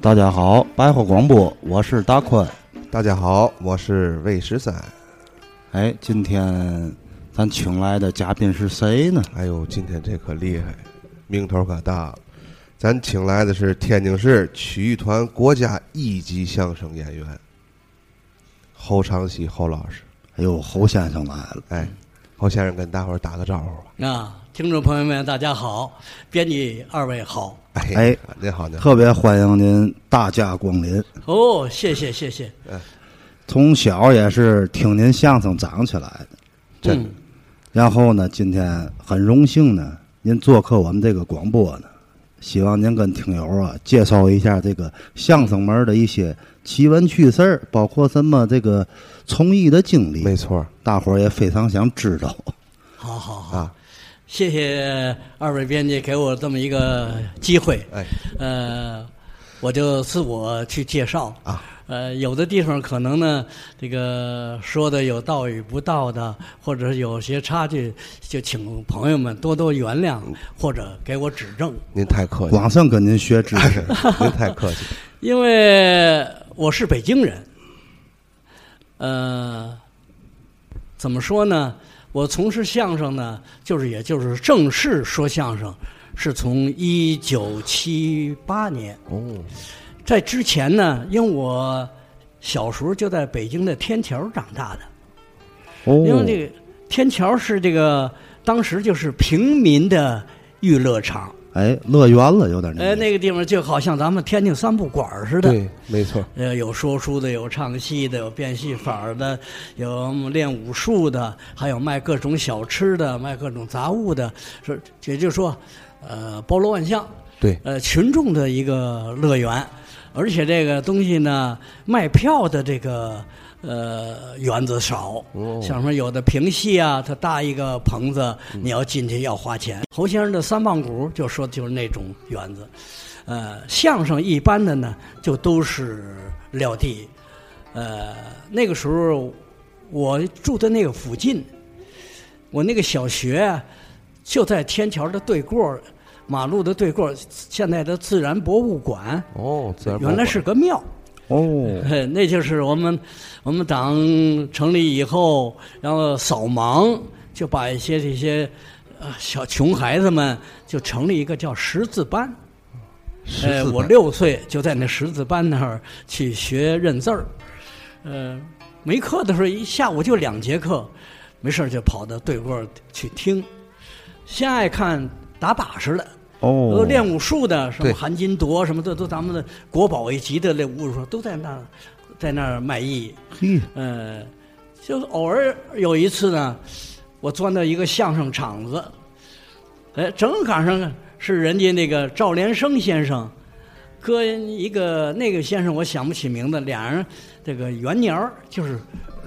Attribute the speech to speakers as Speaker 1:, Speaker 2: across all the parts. Speaker 1: 大家好，百货广播，我是大坤。
Speaker 2: 大家好，我是魏十三。
Speaker 1: 哎，今天咱请来的嘉宾是谁呢？
Speaker 2: 哎呦，今天这可厉害，名头可大了。咱请来的是天津市曲艺团国家一级相声演员侯长喜侯老师。
Speaker 1: 哎呦，侯先生来了。
Speaker 2: 哎，侯先生跟大伙儿打个招呼吧。
Speaker 3: 啊，听众朋友们，大家好，编辑二位好。
Speaker 2: 哎
Speaker 1: 哎，
Speaker 2: 您好，您好。
Speaker 1: 特别欢迎您大驾光临。
Speaker 3: 哦，谢谢谢谢，
Speaker 1: 从小也是听您相声长起来的，
Speaker 2: 真
Speaker 3: 嗯，
Speaker 1: 然后呢，今天很荣幸呢，您做客我们这个广播呢，希望您跟听友啊介绍一下这个相声门的一些奇闻趣事儿，包括什么这个从艺的经历，
Speaker 2: 没错儿
Speaker 1: 大伙儿也非常想知道。
Speaker 3: 好好好，
Speaker 2: 啊。
Speaker 3: 谢谢二位编辑给我这么一个机会。
Speaker 2: 哎，
Speaker 3: 呃，我就自我去介绍
Speaker 2: 啊。
Speaker 3: 呃，有的地方可能呢，这个说的有道与不道的，或者有些差距，就请朋友们多多原谅，或者给我指正。
Speaker 2: 您太客气了，
Speaker 1: 光剩跟您学知识，
Speaker 2: 您太客气了。
Speaker 3: 因为我是北京人，呃，怎么说呢？我从事相声呢，就是也就是正式说相声，是从一九七八年。
Speaker 2: 哦，
Speaker 3: 在之前呢，因为我小时候就在北京的天桥长大的，
Speaker 1: 哦
Speaker 3: 因为这个天桥是这个当时就是平民的娱乐场，
Speaker 1: 哎，乐园了，有点那
Speaker 3: 呃，
Speaker 1: 意思
Speaker 3: 那个地方就好像咱们天津三不管儿似的。
Speaker 2: 对，没错儿。
Speaker 3: 呃，有说书的，有唱戏的，有变戏法儿的，有练武术的，还有卖各种小吃的，卖各种杂物的，是也就是说，呃，包罗万象，
Speaker 2: 对，
Speaker 3: 呃，群众的一个乐园，而且这个东西呢，卖票的这个呃园子少，
Speaker 2: 哦
Speaker 3: 像什么有的评戏啊，它搭一个棚子，你要进去要花钱。侯先生的三棒鼓就说就是那种园子，呃，相声一般的呢就都是撂地，呃，那个时候我住的那个附近，我那个小学啊就在天桥的对过儿马路的对过儿现在的自然博物馆
Speaker 2: 哦，自然
Speaker 3: 原来是个庙。
Speaker 1: 哦，
Speaker 3: 嘿那就是我们我们党成立以后，然后扫盲，就把一些这些呃小穷孩子们就成立一个叫识字班。
Speaker 2: 十
Speaker 3: 呃，
Speaker 2: 四
Speaker 3: 我六岁就在那识字班那儿去学认字儿，呃，没课的时候一下午就两节课，没事儿就跑到对过儿去听，先爱看打把式的。
Speaker 1: 哦
Speaker 3: 都，练武术的，什
Speaker 2: 对
Speaker 3: 么韩金铎，什么的，都咱们的国宝一级的练武术，都在那儿，在那儿卖艺。
Speaker 1: 嘿，
Speaker 3: 呃，就偶尔有一次呢，我钻到一个相声场子，哎，正赶上是人家那个赵连生先生跟一个那个先生，我想不起名字，俩人这个元年儿就是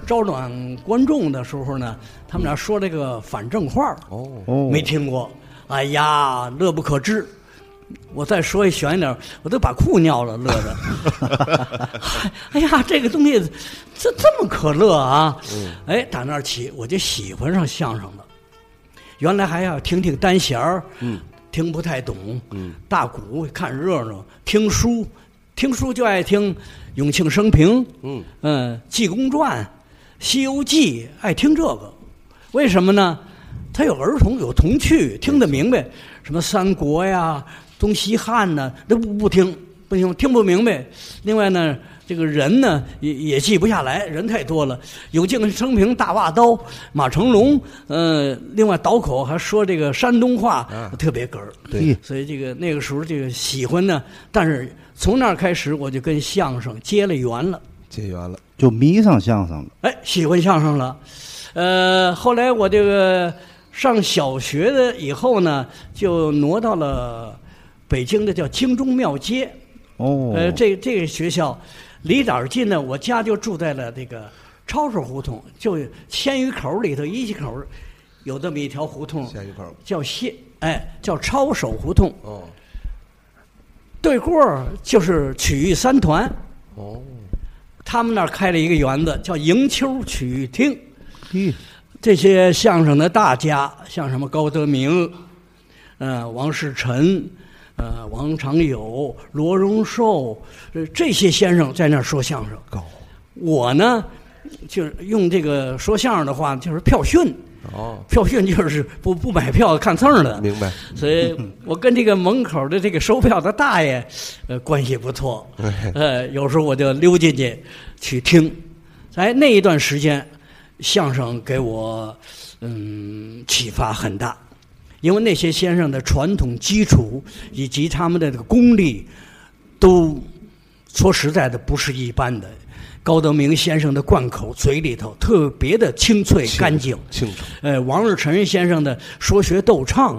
Speaker 3: 招揽观众的时候呢，他们俩说这个反正话儿
Speaker 2: 哦，
Speaker 1: 哦，
Speaker 3: 没听过。哎呀，乐不可支。我再说一悬一点儿，我都把裤尿了，乐的。哎呀，这个东西这这么可乐啊！哎，打那儿起我就喜欢上相声了。原来还要听听单弦儿，听不太懂，大鼓看热闹，听书，听书就爱听永庆生平，嗯，济公传》《西游记》，爱听这个，为什么呢？他有儿童有童趣，听得明白，什么三国呀、东西汉呐，那不不听不听听不明白。另外呢，这个人呢也也记不下来，人太多了。有敬生平、大袜刀、马成龙，呃，另外倒口还说这个山东话，特别哏儿。
Speaker 1: 对
Speaker 3: 所以这个那个时候这个喜欢呢，但是从那儿开始我就跟相声结了缘了。
Speaker 2: 结缘了。
Speaker 1: 就迷上相声了。
Speaker 3: 哎，喜欢相声了。呃，后来我这个上小学的以后呢，就挪到了北京的叫京中庙街。
Speaker 1: 哦，
Speaker 3: 呃，这这个学校离哪儿近呢？我家就住在了这个超市胡同，就鲜鱼口里头一气口有这么一条胡同，
Speaker 2: 下一块儿
Speaker 3: 叫鲜哎叫抄手胡同。
Speaker 2: 哦
Speaker 3: 对过儿就是曲艺三团，
Speaker 2: 哦，
Speaker 3: 他们那儿开了一个园子，叫迎秋曲艺厅。
Speaker 1: 嘿，
Speaker 3: 这些相声的大家，像什么高德明，呃，王世臣，呃，王长友、罗荣寿，呃，这些先生在那儿说相声。
Speaker 2: 高
Speaker 3: 我呢，就是用这个说相声的话，就是票训，
Speaker 2: 哦，
Speaker 3: 票训就是不不买票看蹭儿的。
Speaker 2: 明白，
Speaker 3: 所以我跟这个门口的这个收票的大爷，呃，关系不错。呃，有时候我就溜进去去听。哎，那一段时间，相声给我嗯启发很大，因为那些先生的传统基础以及他们的这个功力，都说实在的不是一般的。高德明先生的贯口嘴里头特别的清脆干净，
Speaker 2: 清楚，
Speaker 3: 呃，王日晨先生的说学逗唱，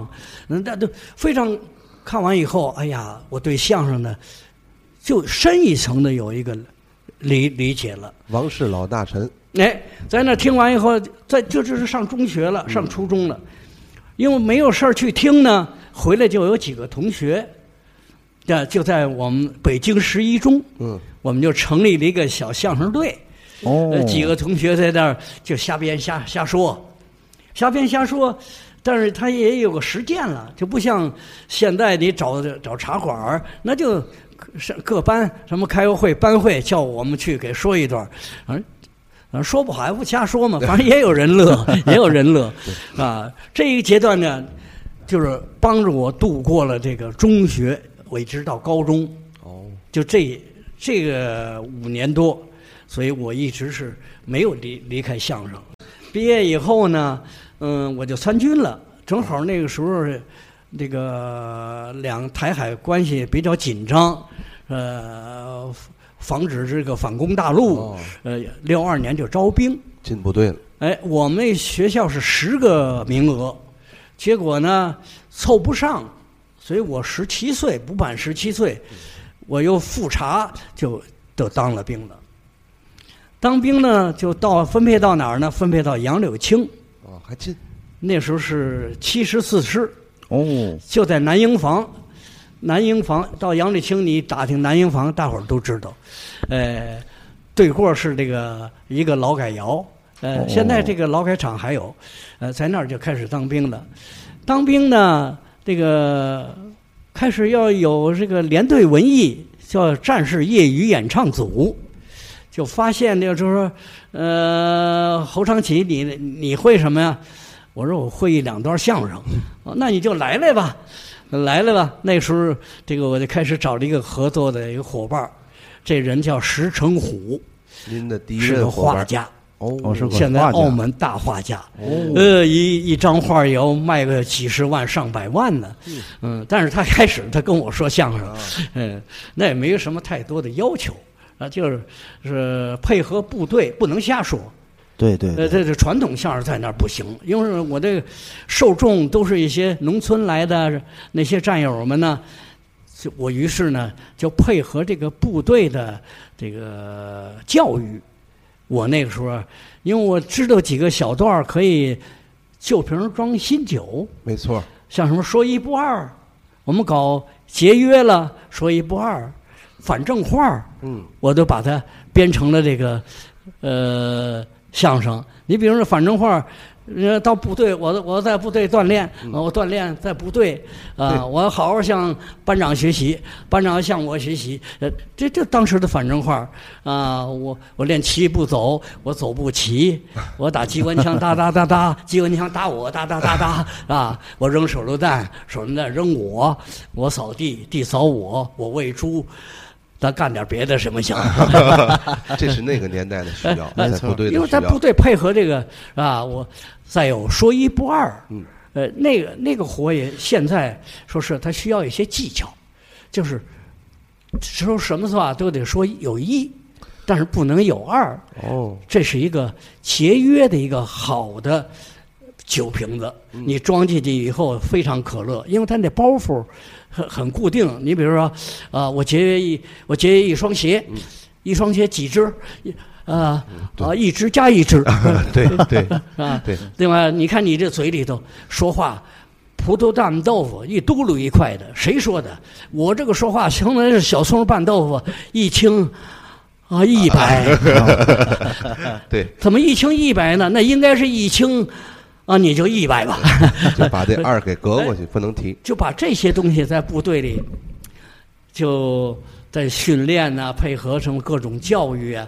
Speaker 3: 嗯那都非常。看完以后，哎呀，我对相声呢，就深一层的有一个理理解了。
Speaker 2: 王氏老大臣，
Speaker 3: 哎，在那听完以后，在这就是上中学了，上初中了，因为没有事儿去听呢，回来就有几个同学，这就在我们北京十一中，
Speaker 2: 嗯，
Speaker 3: 我们就成立了一个小相声队。呃
Speaker 1: 哦，
Speaker 3: 几个同学在那儿就瞎编瞎瞎说，瞎编瞎说，但是他也有个实践了，就不像现在你找找茶馆儿，那就上各班什么开个会班会叫我们去给说一段儿，而而说不好还不瞎说嘛，反正也有人乐，也有人乐，啊，这一阶段呢，就是帮助我度过了这个中学，我一直到高中。
Speaker 2: 哦，
Speaker 3: 就这这个五年多，所以我一直是没有离离开相声。毕业以后呢，嗯，我就参军了。正好那个时候，这个两台海关系比较紧张，呃，防止这个反攻大陆。
Speaker 2: 哦
Speaker 3: 呃，六二年就招兵，
Speaker 2: 进部队了，
Speaker 3: 哎，我们那学校是十个名额，结果呢凑不上，所以我十七岁不满十七岁，我又复查就就当了兵了。当兵呢，就到分配到哪儿呢？分配到杨柳青，
Speaker 2: 哦，还进，
Speaker 3: 那时候是七十四师，
Speaker 1: 哦，
Speaker 3: 就在南营房。南营房到杨柳青，你打听南营房，大伙儿都知道。呃，对过是这个一个劳改窑，呃，
Speaker 1: 哦
Speaker 3: 现在这个劳改场还有，呃，在那儿就开始当兵了。当兵呢，这个开始要有这个连队文艺，叫战士业余演唱组。就发现这个就是说，呃，侯长奇，你你会什么呀？我说我会一两段相声，哦那你就来来吧，来来吧。那时候这个我就开始找了一个合作的一个伙伴儿，这人叫石成虎，
Speaker 2: 您的第一
Speaker 3: 是个
Speaker 2: 任伙
Speaker 3: 画
Speaker 2: 伴，
Speaker 3: 家，
Speaker 1: 哦
Speaker 2: 哦，
Speaker 1: 是个
Speaker 3: 现在
Speaker 1: 画家哦
Speaker 3: 澳门大画家，呃，一一张画也要卖个几十万、上百万呢。嗯，但是他开始他跟我说相
Speaker 1: 啊
Speaker 3: 声，嗯，那也没有什么太多的要求啊，就是是配合部队，不能瞎说。
Speaker 1: 对对
Speaker 3: 呃，
Speaker 1: 对，
Speaker 3: 这这传统相声在那儿不行，因为我这个受众都是一些农村来的那些战友们呢，就我于是呢就配合这个部队的这个教育，我那个时候，因为我知道几个小段儿可以旧瓶装新酒，
Speaker 2: 没 错，
Speaker 3: 像什么说一不二，我们搞节约了说一不二，反正话儿
Speaker 2: 嗯，
Speaker 3: 我都把它编成了这个呃相声。你比如说反正话，呃，到部队，我我在部队锻炼，呃我锻炼在部队啊、
Speaker 2: 嗯对
Speaker 3: 我好好向班长学习，班长向我学习，呃，这这当时的反正话啊、我我练骑步走，我走步骑，我打机关枪哒哒哒哒，机关枪打我哒哒哒哒啊，我扔手榴弹，手榴弹扔我，我扫地，地扫我，我喂猪。咱干点别的什么行？
Speaker 2: 这是那个年代的需 要，在部队
Speaker 3: 因
Speaker 2: 的
Speaker 3: 为
Speaker 2: 需
Speaker 3: 咱部
Speaker 2: 要，
Speaker 3: 队配合这个啊，我再有说一不二，嗯，呃，那个那个活也现在说是它需要一些技巧，就是说什么话都得说有一，但是不能有二，
Speaker 2: 哦，
Speaker 3: 这是一个节约的一个好的酒瓶子，你装进去以后非常可乐，因为它那包袱很很固定。你比如说，啊、我节约一我节约一双鞋，一双鞋几只，一啊啊，一只加一只
Speaker 2: 对对
Speaker 3: 啊。
Speaker 2: 对，
Speaker 3: 另外，你看你这嘴里头说话。葡萄蛋豆腐一嘟噜一块的，谁说的？我这个说话形容是小葱拌豆腐，一清啊一百，
Speaker 2: 对，
Speaker 3: 怎么一清一白呢？那应该是一清，啊、啊，你就一百吧，
Speaker 2: 就把这二给隔过去，不能提。
Speaker 3: 就把这些东西在部队里，就在训练呐、配合什么各种教育啊，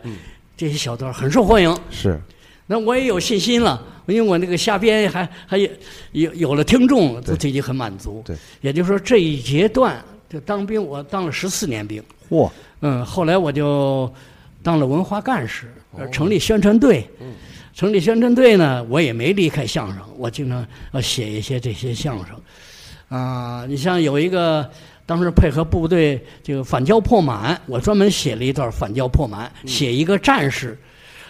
Speaker 3: 这些小段很受欢迎。
Speaker 2: 是，
Speaker 3: 那我也有信心了，因为我那个下边还还有有有了听众，自己就很满足。
Speaker 2: 对，
Speaker 3: 也就是说这一阶段，就当兵，我当了十四年兵。
Speaker 1: 嚯，
Speaker 3: 嗯，后来我就当了文化干事，呃成立宣传队。成立宣传队呢，我也没离开相声，我经常呃写一些这些相声。啊、你像有一个当时配合部队这个反胶破满，我专门写了一段反胶破满，写一个战士。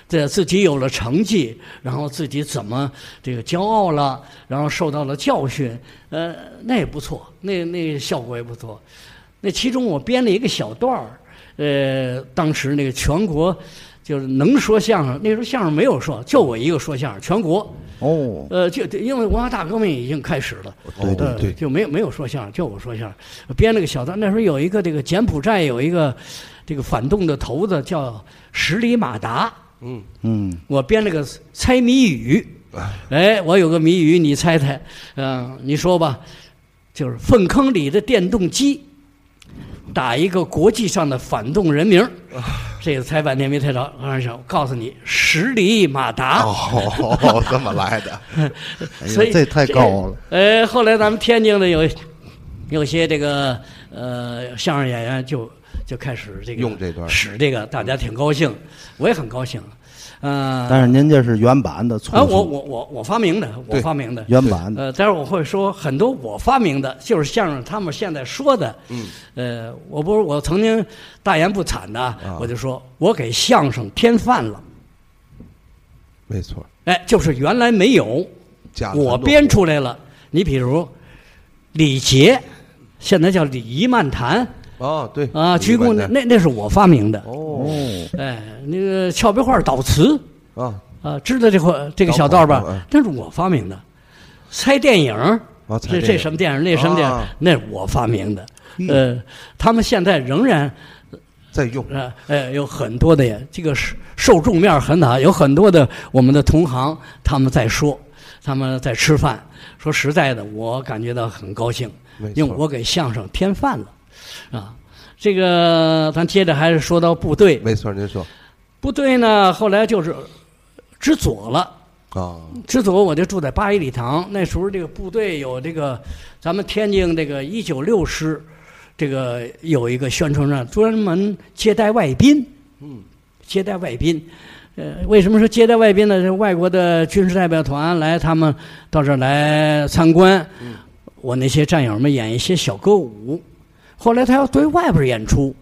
Speaker 3: 这自己有了成绩，然后自己怎么这个骄傲了，然后受到了教训，呃，那也不错，那那效果也不错。那其中我编了一个小段儿，呃，当时那个全国就是能说相声，那时候相声没有说，就我一个说相声，全国，
Speaker 1: 哦，
Speaker 3: 呃，就就因为文化大革命已经开始了，
Speaker 2: 哦对
Speaker 3: 呃，
Speaker 2: 对对，
Speaker 3: 就没有没有说相声，就我说相声，编了个小段。那时候有一个这个柬埔寨有一个这个反动的头子叫十里马达，
Speaker 2: 嗯，啊
Speaker 1: 嗯，
Speaker 3: 我编了个猜谜语，哎，我有个谜语，你猜猜，嗯、你说吧，就是粪坑里的电动机，打一个国际上的反动人名儿，
Speaker 2: 啊
Speaker 3: 这个猜半天没猜着，我想我告诉你，十里马
Speaker 2: 啊
Speaker 3: 达。
Speaker 2: 哦，这么来的，
Speaker 1: 哎
Speaker 3: 所
Speaker 1: 呀，
Speaker 3: 以
Speaker 1: 这太高了，
Speaker 3: 呃，后来咱们天津的有有些这个呃相声演员就就开始这个
Speaker 2: 用这段儿
Speaker 3: 使这个，大家挺高兴，我也很高兴，嗯、
Speaker 1: 但是您这是原版的粗
Speaker 3: 啊，我
Speaker 1: 俗，
Speaker 3: 我我我发明的，我
Speaker 2: 对
Speaker 3: 发明的。
Speaker 1: 原版的，
Speaker 3: 呃，待会儿我会说很多我发明的，就是相声他们现在说的。嗯，呃，我不是我曾经大言不惭的，
Speaker 2: 啊
Speaker 3: 我就说我给相声添饭了。
Speaker 2: 没错。
Speaker 3: 哎，就是原来没有，
Speaker 2: 加了啊很多
Speaker 3: 我编出来了。你比如李杰，现在叫礼仪漫谈
Speaker 2: 哦，对
Speaker 3: 啊，鞠
Speaker 2: 明
Speaker 3: 躬
Speaker 2: 白
Speaker 3: 那
Speaker 2: 的
Speaker 3: 那那是我发明的。
Speaker 2: 哦
Speaker 1: 哦，
Speaker 3: 哎，那个俏皮话导词，
Speaker 2: 啊
Speaker 3: 啊，知道这块这个小道
Speaker 2: 搞搞搞
Speaker 3: 吧
Speaker 2: 啊？
Speaker 3: 那是我发明的，猜电影儿，
Speaker 2: 啊猜
Speaker 3: 这
Speaker 2: 电
Speaker 3: 这
Speaker 2: 影
Speaker 3: 什么电影？那什么电影
Speaker 2: 啊？嗯
Speaker 3: 那是我发明的。呃，他们现在仍然
Speaker 2: 在用
Speaker 3: 呃呃有很多的这个受受众面很大，有很多的我们的同行他们在说，他们在吃饭。说实在的，我感觉到很高兴
Speaker 2: 没，错
Speaker 3: 因为我给相声添饭了，啊。这个，咱接着还是说到部队，
Speaker 2: 没错，您说
Speaker 3: 部队呢，后来就是知左了，
Speaker 2: 啊，
Speaker 3: 之所我就住在八一礼堂，那时候这个部队有这个，咱们天津这个一九六师，这个有一个宣传站，专门接待外宾。嗯，接待外宾。呃，为什么说接待外宾呢？这外国的军事代表团来，他们到这儿来参观。嗯，我那些战友们演一些小歌舞，后来他要对外边演出，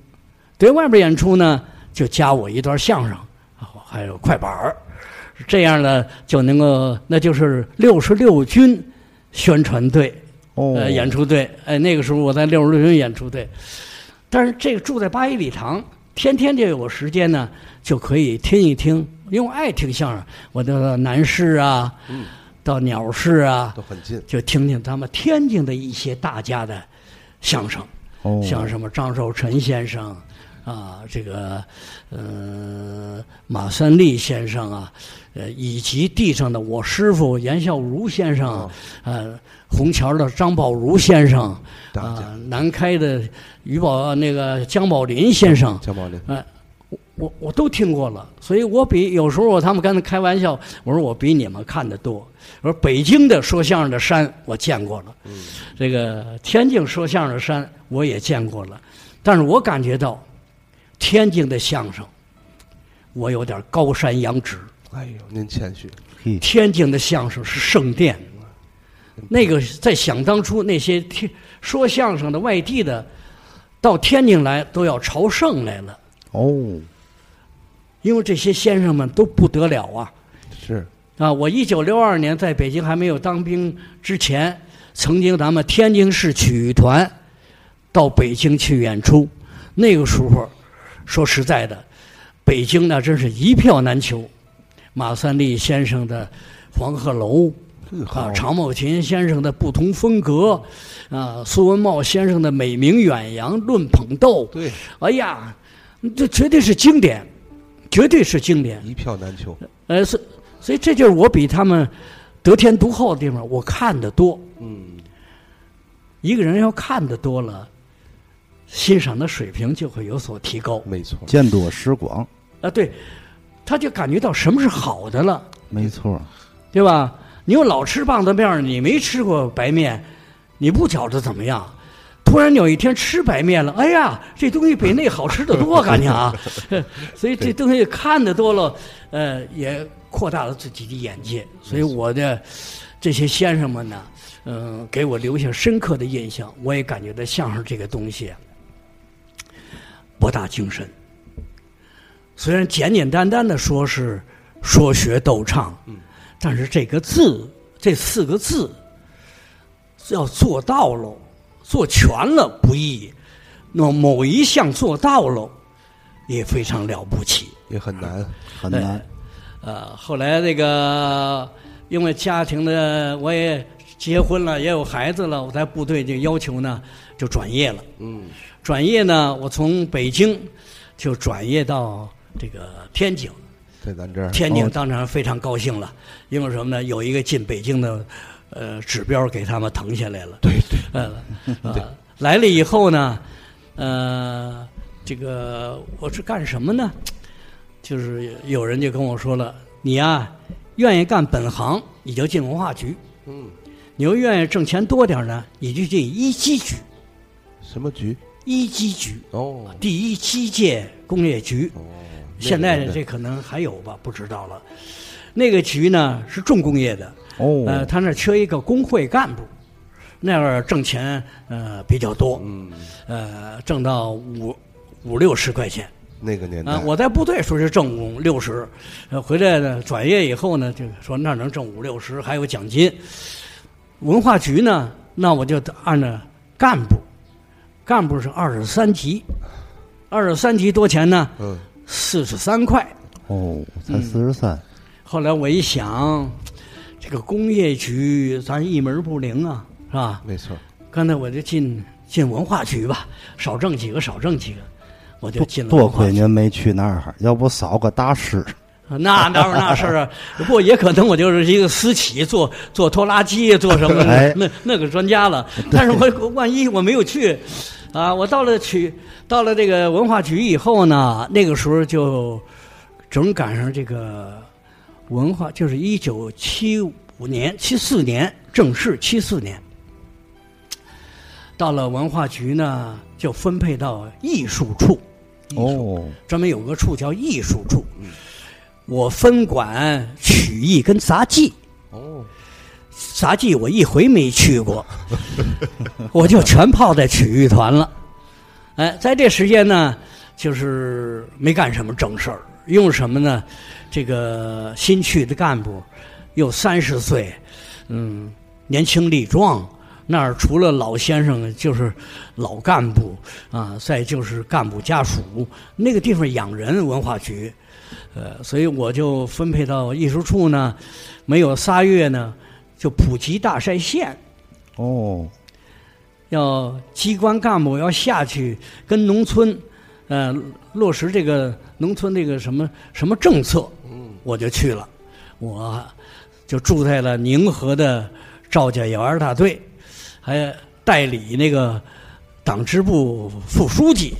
Speaker 3: 对外边演出呢，就加我一段相声，啊还有快板儿。这样呢就能够，那就是六十六军宣传队，
Speaker 1: 哦，
Speaker 3: 呃，演出队。哎，那个时候我在六十六军演出队，但是这个住在八一礼堂，天天就有时间呢，就可以听一听，因为我爱听相声，我就到南市啊，到鸟市啊
Speaker 2: 都，很近，
Speaker 3: 就听听他们天津的一些大家的相声。
Speaker 1: 哦，
Speaker 3: 像什么张寿臣先生啊，这个呃马三立先生啊，呃以及地上的我师傅严孝如先生，
Speaker 2: 哦
Speaker 3: 呃红桥的张宝如先生，
Speaker 2: 大家
Speaker 3: 啊南开的于宝那个江宝林先生，
Speaker 2: 江宝林
Speaker 3: 哎，我我我都听过了，所以我比有时候我他们跟他开玩笑，我说我比你们看的多。我说北京的说相声的山我见过了，这个天津说相声的山我也见过了，但是我感觉到天津的相声，我有点高山仰止。
Speaker 2: 哎呦，您谦虚，
Speaker 1: 嘿
Speaker 3: 天津的相声是圣殿，那个在想当初那些听说相声的外地的到天津来都要朝圣来了。
Speaker 1: 哦，
Speaker 3: 因为这些先生们都不得了啊！
Speaker 2: 是
Speaker 3: 啊，我一九六二年在北京还没有当兵之前，曾经咱们天津市曲艺团到北京去演出，那个时候，说实在的，北京那真是一票难求。马三立先生的《黄鹤楼》啊，常茂琴先生的不同风格，啊，苏文茂先生的《美名远扬论捧逗》，
Speaker 2: 对，
Speaker 3: 哎呀，这绝对是经典，绝对是经典。
Speaker 2: 一票难求，
Speaker 3: 呃，所以所以这就是我比他们得天独厚的地方，我看的多。
Speaker 2: 嗯，
Speaker 3: 一个人要看的多了，欣赏的水平就会有所提高。
Speaker 2: 没错，
Speaker 1: 见多识广，
Speaker 3: 啊，对，他就感觉到什么是好的了，
Speaker 1: 没错，
Speaker 3: 对吧？你又老吃棒子面儿，你没吃过白面，你不觉得怎么样？突然有一天吃白面了，哎呀，这东西比那好吃的多，感觉啊。所以这东西看的多了，呃，也扩大了自己的眼界。所以我的这些先生们呢，嗯、给我留下深刻的印象。我也感觉到相声这个东西啊博大精深。虽然简简单单的说是说学逗唱，但是这个字这四个字要做到了，做全了不易，那某一项做到了也非常了不起。
Speaker 2: 也很难。
Speaker 1: 很难。
Speaker 3: 呃，后来那个因为家庭的，我也结婚了，也有孩子了，我在部队就要求呢，就转业了。
Speaker 2: 嗯，
Speaker 3: 转业呢，我从北京就转业到这个天津。
Speaker 2: 在咱这儿，
Speaker 3: 天津当然非常高兴了，因为什么呢？有一个进北京的呃指标给他们腾下来了。对对， 呃，呃来了以后呢，呃，这个我是干什么呢？就是有人就跟我说了，你呀、愿意干本行，你就进文化局；
Speaker 2: 嗯，
Speaker 3: 你要愿意挣钱多点儿呢，你就进一机局。
Speaker 2: 什么局？
Speaker 3: 一机局，
Speaker 2: 哦，
Speaker 3: 第一机械工业局。
Speaker 2: 哦，
Speaker 3: 嗯现在这可能还有吧，不知道了。那个局呢是重工业的，呃，
Speaker 1: 哦，
Speaker 3: 他那儿缺一个工会干部，那儿挣钱呃比较多，
Speaker 2: 嗯，
Speaker 3: 呃，挣到五五六十块钱
Speaker 2: 那个年代，
Speaker 3: 啊、我在部队时候是挣五六十，呃，回来呢转业以后呢，就说那儿能挣五六十，还有奖金。文化局呢，那我就按照干部，干部是二十三级，二十三级多钱呢？
Speaker 2: 嗯，
Speaker 3: 四十三块。
Speaker 1: 哦，
Speaker 3: 嗯
Speaker 1: 才四十三，
Speaker 3: 后来我一想，这个工业局咱一门不灵啊，是吧？
Speaker 2: 没错，
Speaker 3: 刚才我就进进文化局吧，少挣几个，少挣几个，我就进了
Speaker 1: 多
Speaker 3: 文化
Speaker 1: 亏
Speaker 3: 局。
Speaker 1: 您没去那儿，要不少个大师。
Speaker 3: 啊那哪有那事儿啊？不过也可能我就是一个私企，做做拖拉机，做什么的、
Speaker 1: 哎
Speaker 3: 那那个专家了。但是我我万一我没有去，啊，我到了去到了这个文化局以后呢，那个时候就正赶上这个文化，就是一九七五年、七四年，正式七四年。到了文化局呢，就分配到艺术处。
Speaker 1: 哦，
Speaker 3: 专门有个处叫艺术处，我分管曲艺跟杂技。
Speaker 2: 哦，
Speaker 3: 杂技我一回没去过，我就全泡在曲艺团了。哎，在这时间呢，就是没干什么正事儿，因为什么呢？这个新去的干部又三十岁，嗯，年轻力壮。那儿除了老先生就是老干部啊，再就是干部家属。那个地方养人，文化局，呃，所以我就分配到艺术处呢。没有仨月呢，就普及大晒县，
Speaker 1: 哦，
Speaker 3: 要机关干部要下去跟农村，呃，落实这个农村这个什么什么政策，
Speaker 2: 嗯，
Speaker 3: 我就去了，我就住在了宁河的赵家窑二大队，还代理那个党支部副书记，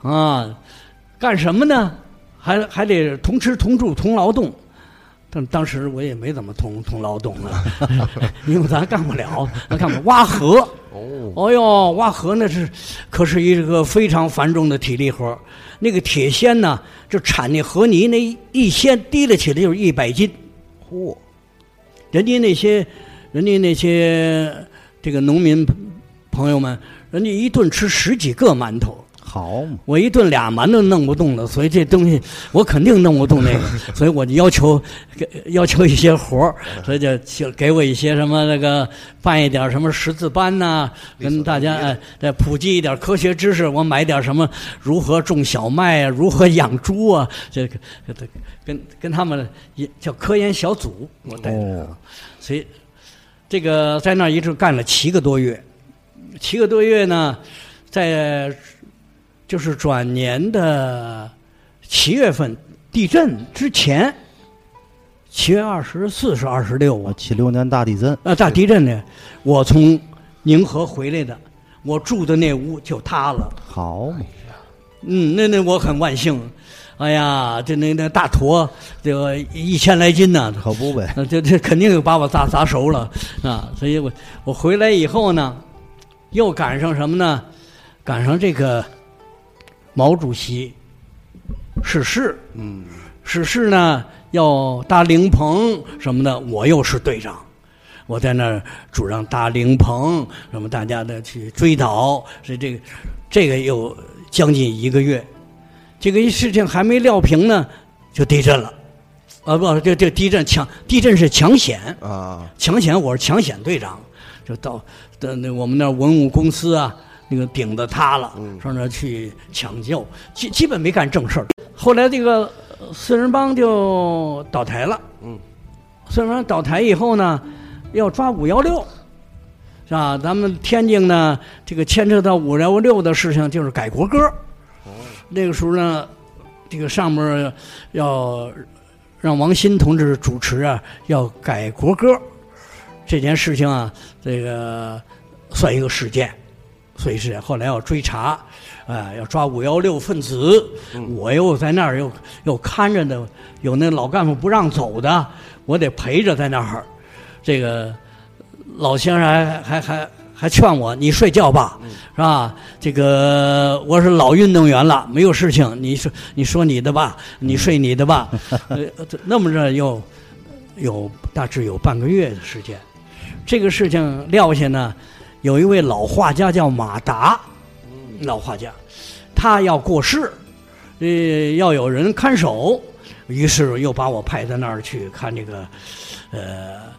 Speaker 3: 啊，干什么呢？还还得同吃同住同劳动。但当时我也没怎么同同劳动啊， 因为咱干不了，咱干不了挖河。
Speaker 2: 哦，
Speaker 3: 哦呦，挖河那是，可是一个非常繁重的体力活儿那个铁锨呢，就铲那河泥，那一一锨提了起来就是一百斤。
Speaker 2: 嚯，
Speaker 3: 人家那些，人家那些这个农民朋友们，人家一顿吃十几个馒头。
Speaker 1: 好嘛，
Speaker 3: 我一顿俩馒头弄不动了，所以这东西我肯定弄不动那个，所以我就要求给要求一些活儿，所以就就给我一些什么那个办一点什么识字班呐、跟大家哎再普及一点科学知识，我买点什么如何种小麦啊，如何养猪啊，这个这个跟跟他们也叫科研小组，我带着
Speaker 1: 哦，
Speaker 3: 所以这个在那儿一直干了七个多月，七个多月呢，在就是转年的七月份地震之前，七月二十四是二十六啊
Speaker 1: 我，七六年大地震，
Speaker 3: 啊，大地震呢，我从宁河回来的，我住的那屋就塌了。
Speaker 1: 好嘛，
Speaker 3: 嗯，那那我很万幸。哎呀，这那那大坨，这个一千来斤呢、
Speaker 1: 可不呗，
Speaker 3: 啊，这这肯定把我砸砸熟了啊！所以我我回来以后呢，又赶上什么呢？赶上这个毛主席逝世，嗯，逝世呢要搭灵棚什么的，我又是队长。我在那儿主张搭灵棚，什么大家的去追悼，所以这个这个又将近一个月，这个事情还没料平呢，就地震了。啊不，这这地震抢地震是抢险，
Speaker 2: 啊，
Speaker 3: 抢险我是抢险队长，就到的那我们那儿文物公司啊，那个顶子塌了，上那儿去抢救，基基本没干正事儿。后来这个呃四人帮就倒台了，
Speaker 2: 嗯，
Speaker 3: 四人帮倒台以后呢，要抓五幺六。是吧？咱们天津呢，这个牵扯到五幺六的事情，就是改国歌。那个时候呢，这个上面要让王鑫同志主持啊，要改国歌这件事情啊，这个算一个事件，所以是后来要追查，啊、要抓五幺六分子，我又在那儿又又看着呢，有那老干部不让走的，我得陪着在那儿，这个老先生还还还还劝我，你睡觉吧，是吧？这个我是老运动员了，没有事情，你说你说你的吧，你睡你的吧。 呃，这那么着又有大致有半个月的时间，这个事情撂下呢，有一位老画家叫马达，老画家，他要过世，呃，要有人看守，于是又把我派到那儿去看这个，呃，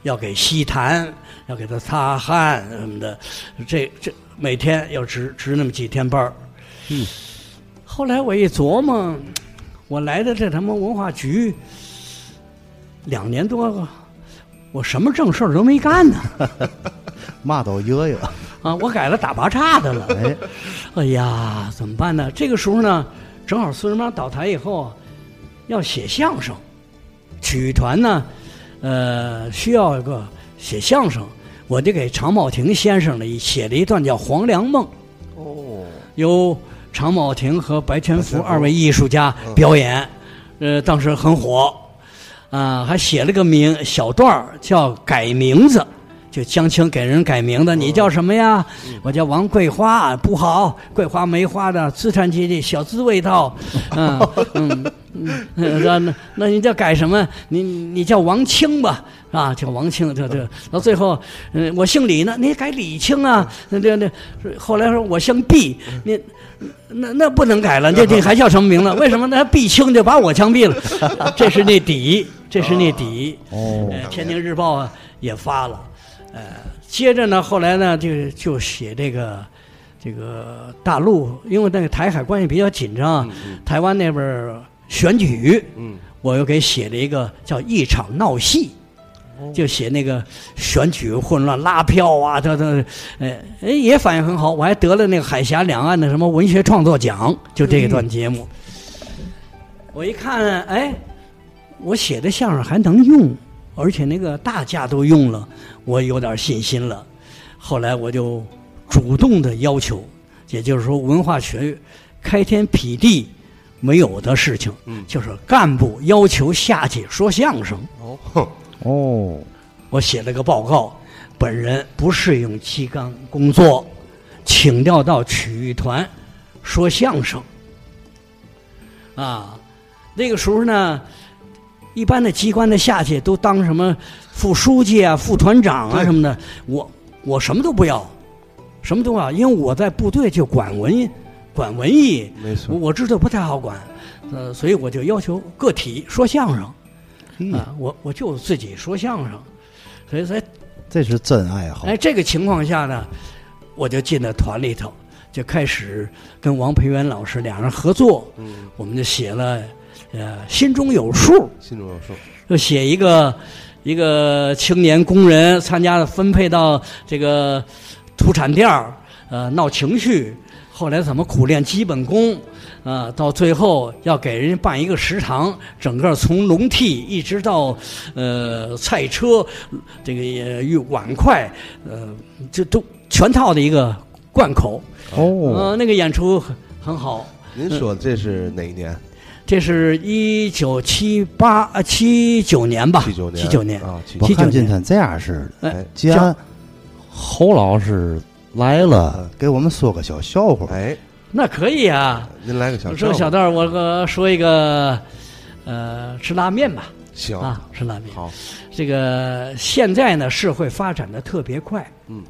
Speaker 3: 要给吸痰，要给他擦汗什么的，这这每天要值值那么几天班儿。
Speaker 1: 嗯，
Speaker 3: 后来我一琢磨，我来的这他妈文化局两年多了，我什么正事儿都没干呢。
Speaker 1: 嘛都一个一个，
Speaker 3: 啊，我改了打八叉的了。
Speaker 1: 哎，
Speaker 3: 哎呀，怎么办呢？这个时候呢，正好四人帮倒台以后啊，要写相声，曲艺团呢，呃，需要一个写相声，我就给常宝霆先生呢写了一段叫《黄粱梦》，
Speaker 2: 哦，
Speaker 3: 由常宝霆和白全
Speaker 2: 白全
Speaker 3: 福
Speaker 2: 福嗯
Speaker 3: 二位艺术家表演，呃，当时很火，啊、还写了个名小段儿叫改名字，就江青给人改名字，你叫什么呀？我叫王桂花，不好，桂花梅花的资产阶级小资味道，嗯嗯。嗯，那那那你叫改什么？你你叫王清吧，啊，叫王清，这这到最后，嗯，我姓李呢，你改李清啊，那这那后来说我姓毕，你那那不能改了，这这还叫什么名了？为什么那毕清就把我枪毙了？ 这是那底，这是那底。
Speaker 1: 哦
Speaker 3: 呃，天津日报啊也发了，呃，接着呢，后来呢就就写这个这个大陆，因为那个台海关系比较紧张，啊台湾那边儿选举，
Speaker 2: 嗯，
Speaker 3: 我又给写了一个叫一场闹戏。就写那个选举混乱、拉票啊，这这，呃，哎也反应很好，我还得了那个海峡两岸的什么文学创作奖，就这一段节目。我一看，哎，我写的相声还能用，而且那个大家都用了，我有点信心了。后来我就主动的要求，也就是说，文化学开天辟地没有的事情，
Speaker 2: 嗯
Speaker 3: 就是干部要求下去说相声。
Speaker 2: 哦，哼
Speaker 1: 哦，
Speaker 3: 我写了个报告，本人不适用期刊工作，请调到曲艺团说相声。啊，那个时候呢，一般的机关的下去都当什么副书记啊、副团长啊
Speaker 2: 对
Speaker 3: 什么的，我我什么都不要，什么都不要，因为我在部队就管文艺，管文艺，
Speaker 2: 没
Speaker 3: 我
Speaker 2: 错，
Speaker 3: 我知道不太好管，呃，所以我就要求个体说相声。
Speaker 1: 嗯，
Speaker 3: 啊，我我就自己说相声，所以在
Speaker 1: 这是真爱好，
Speaker 3: 哎这个情况下呢，我就进到团里头，就开始跟王培元老师俩人合作，
Speaker 2: 嗯，
Speaker 3: 我们就写了呃心中有数，
Speaker 2: 心中有数，
Speaker 3: 就写一个一个青年工人参加分配到这个土产店儿，呃闹情绪，后来怎么苦练基本功，呃，到最后要给人家办一个食堂，整个从笼屉一直到呃菜车，这个呃碗筷，呃，这都全套的一个贯口。
Speaker 1: 哦，
Speaker 3: 呃，那个演出很很好，
Speaker 2: 您说这是哪一年？
Speaker 3: 这是一九七八啊七九年吧，
Speaker 2: 七九年，
Speaker 3: 七九年。
Speaker 2: 啊，七
Speaker 1: 我
Speaker 2: 九
Speaker 3: 79
Speaker 1: 看今
Speaker 3: 年
Speaker 1: 天这样似的，
Speaker 2: 哎
Speaker 1: 既然侯老师来了
Speaker 2: 嗯，
Speaker 1: 给我们说个小笑话。
Speaker 2: 哎，
Speaker 3: 那可以啊。
Speaker 2: 您来个小
Speaker 3: 我说小
Speaker 2: 段
Speaker 3: 段儿，我呃说一个，呃，吃拉面吧，
Speaker 2: 行
Speaker 3: 啊，吃拉面。
Speaker 2: 好，
Speaker 3: 这个现在呢，社会发展的特别快，
Speaker 2: 嗯，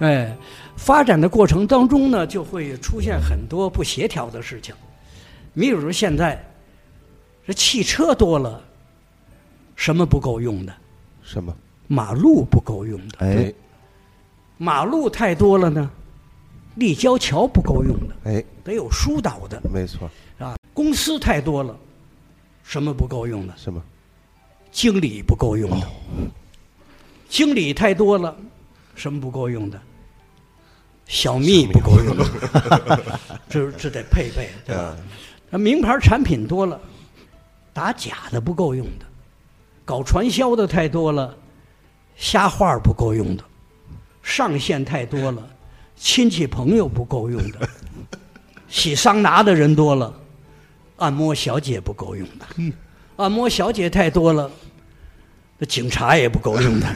Speaker 3: 哎，发展的过程当中呢，就会出现很多不协调的事情。你比如说现在，这汽车多了，什么不够用的？
Speaker 2: 什么？
Speaker 3: 马路不够用的，
Speaker 1: 哎，，
Speaker 3: 马路太多了呢，立交桥不够用的，
Speaker 2: 哎，
Speaker 3: 得有疏导的
Speaker 2: 没错，
Speaker 3: 啊。公司太多了，什么不够用的？
Speaker 2: 什么？
Speaker 3: 经理不够用的，经理太多了，什么不够用的？小蜜不够用的， 这这得配备，对吧？那名牌产品多了，打假的不够用的，搞传销的太多了，瞎话不够用的，上线太多了，亲戚朋友不够用 的，洗桑拿的人多了，按摩小姐不够用的。按摩小姐太多了，那警察也不够用的，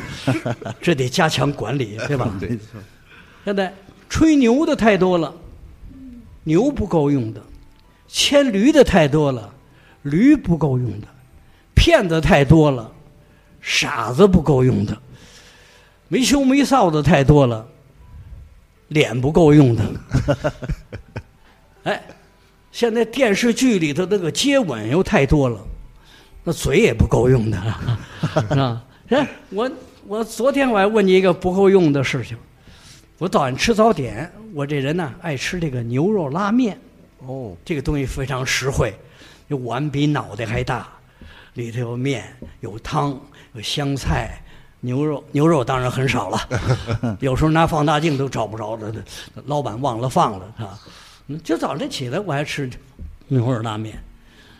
Speaker 3: 这得加强管理，对吧？
Speaker 2: 对，
Speaker 3: 现在吹牛的太多了，牛不够用的；牵驴的太多了，驴不够用的；骗子太多了，傻子不够用的；没羞没臊的太多了，脸不够用的。哎，现在电视剧里头那个接吻又太多了，那嘴也不够用的了，是吧？ 哎，我我昨天我还问你一个不够用的事情。我早上吃早点，我这人呢爱吃这个牛肉拉面，
Speaker 2: 哦，
Speaker 3: 这个东西非常实惠，这碗比脑袋还大，里头有面、有汤、有香菜、牛肉，牛肉当然很少了，有时候拿放大镜都找不着了，老板忘了放了啊。嗯今儿早晨起来我还吃牛肉拉面，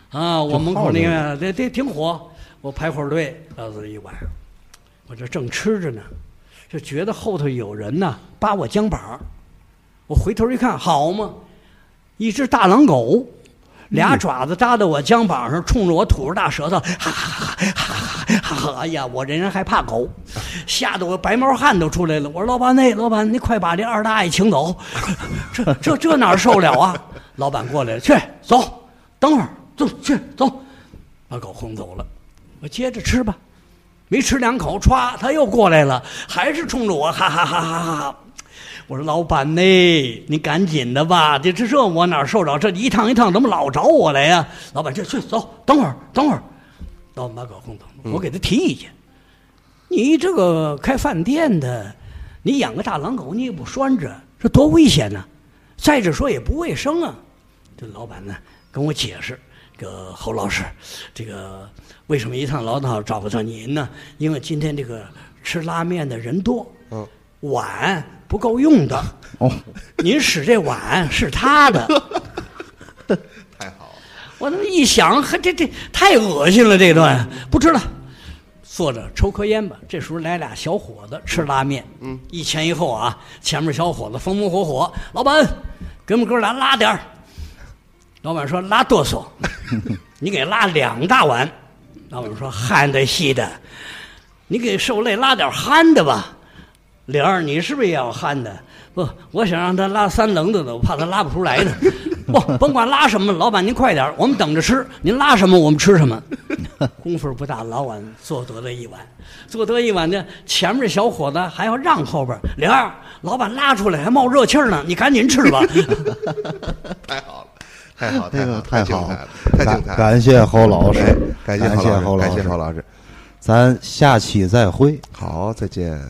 Speaker 3: 啊，我门口那个这这挺火，我排会儿队，到这一晚上，我这正吃着呢，就觉得后头有人呐扒我肩膀儿，我回头一看，好嘛，一只大狼狗，俩爪子搭在我肩膀上，冲着我吐着大舌头，哈哈哈哈哈哈哈哈！哎呀，我这人还怕狗，吓得我白毛汗都出来了。我说老板那老板，你快把这二大爷请走，这这这哪受了啊？老板过来了，去走，等会儿走去走，把狗轰走了。我接着吃吧，没吃两口，歘，他又过来了，还是冲着我，哈哈哈哈哈哈。我说老板呢，你赶紧的吧，这这这我哪受着？这一趟一趟怎么老找我来呀、老板，这去走，等会儿，等会儿，老板把狗轰走了，我给他提意见。你这个开饭店的，你养个大狼狗，你也不拴着，这多危险呢、再者说也不卫生啊。这老板呢跟我解释，这个侯老师，这个为什么一趟老早找不到您呢？因为今天这个吃拉面的人多，
Speaker 2: 嗯，
Speaker 3: 碗不够用的，
Speaker 1: 哦，
Speaker 3: 您使这碗是他的。
Speaker 2: 太好了，
Speaker 3: 我他妈一想，还这这太恶心了，这段不吃了。坐着抽颗烟吧。这时候来俩小伙子吃拉面，嗯，一前一后啊，前面小伙子风风火火，老板，给我们哥俩拉点儿。老板说拉 哆嗦，你给拉两大碗。老板说憨的细的，你给受累拉点儿憨的吧。玲儿，你是不是也要憨的？不，我想让他拉三棱子的，我怕他拉不出来的。不，甭管拉什么，老板您快点儿，我们等着吃。您拉什么，我们吃什么。 功夫不大，老碗做得了一碗，做得一碗呢，前面小伙子还要让后边儿。玲儿，老板拉出来还冒热气儿呢，你赶紧吃吧。
Speaker 2: 太好了，太好，
Speaker 1: 这
Speaker 2: 太
Speaker 1: 个
Speaker 2: 好，
Speaker 1: 太好了
Speaker 2: 太精彩了，太精彩了，
Speaker 1: 感谢侯老师
Speaker 2: 哎，感
Speaker 1: 感
Speaker 2: 谢
Speaker 1: 谢
Speaker 2: 侯
Speaker 1: 侯老
Speaker 2: 老师，感谢
Speaker 1: 师
Speaker 2: 侯，老师，
Speaker 1: 咱下期再会。
Speaker 2: 好，再见。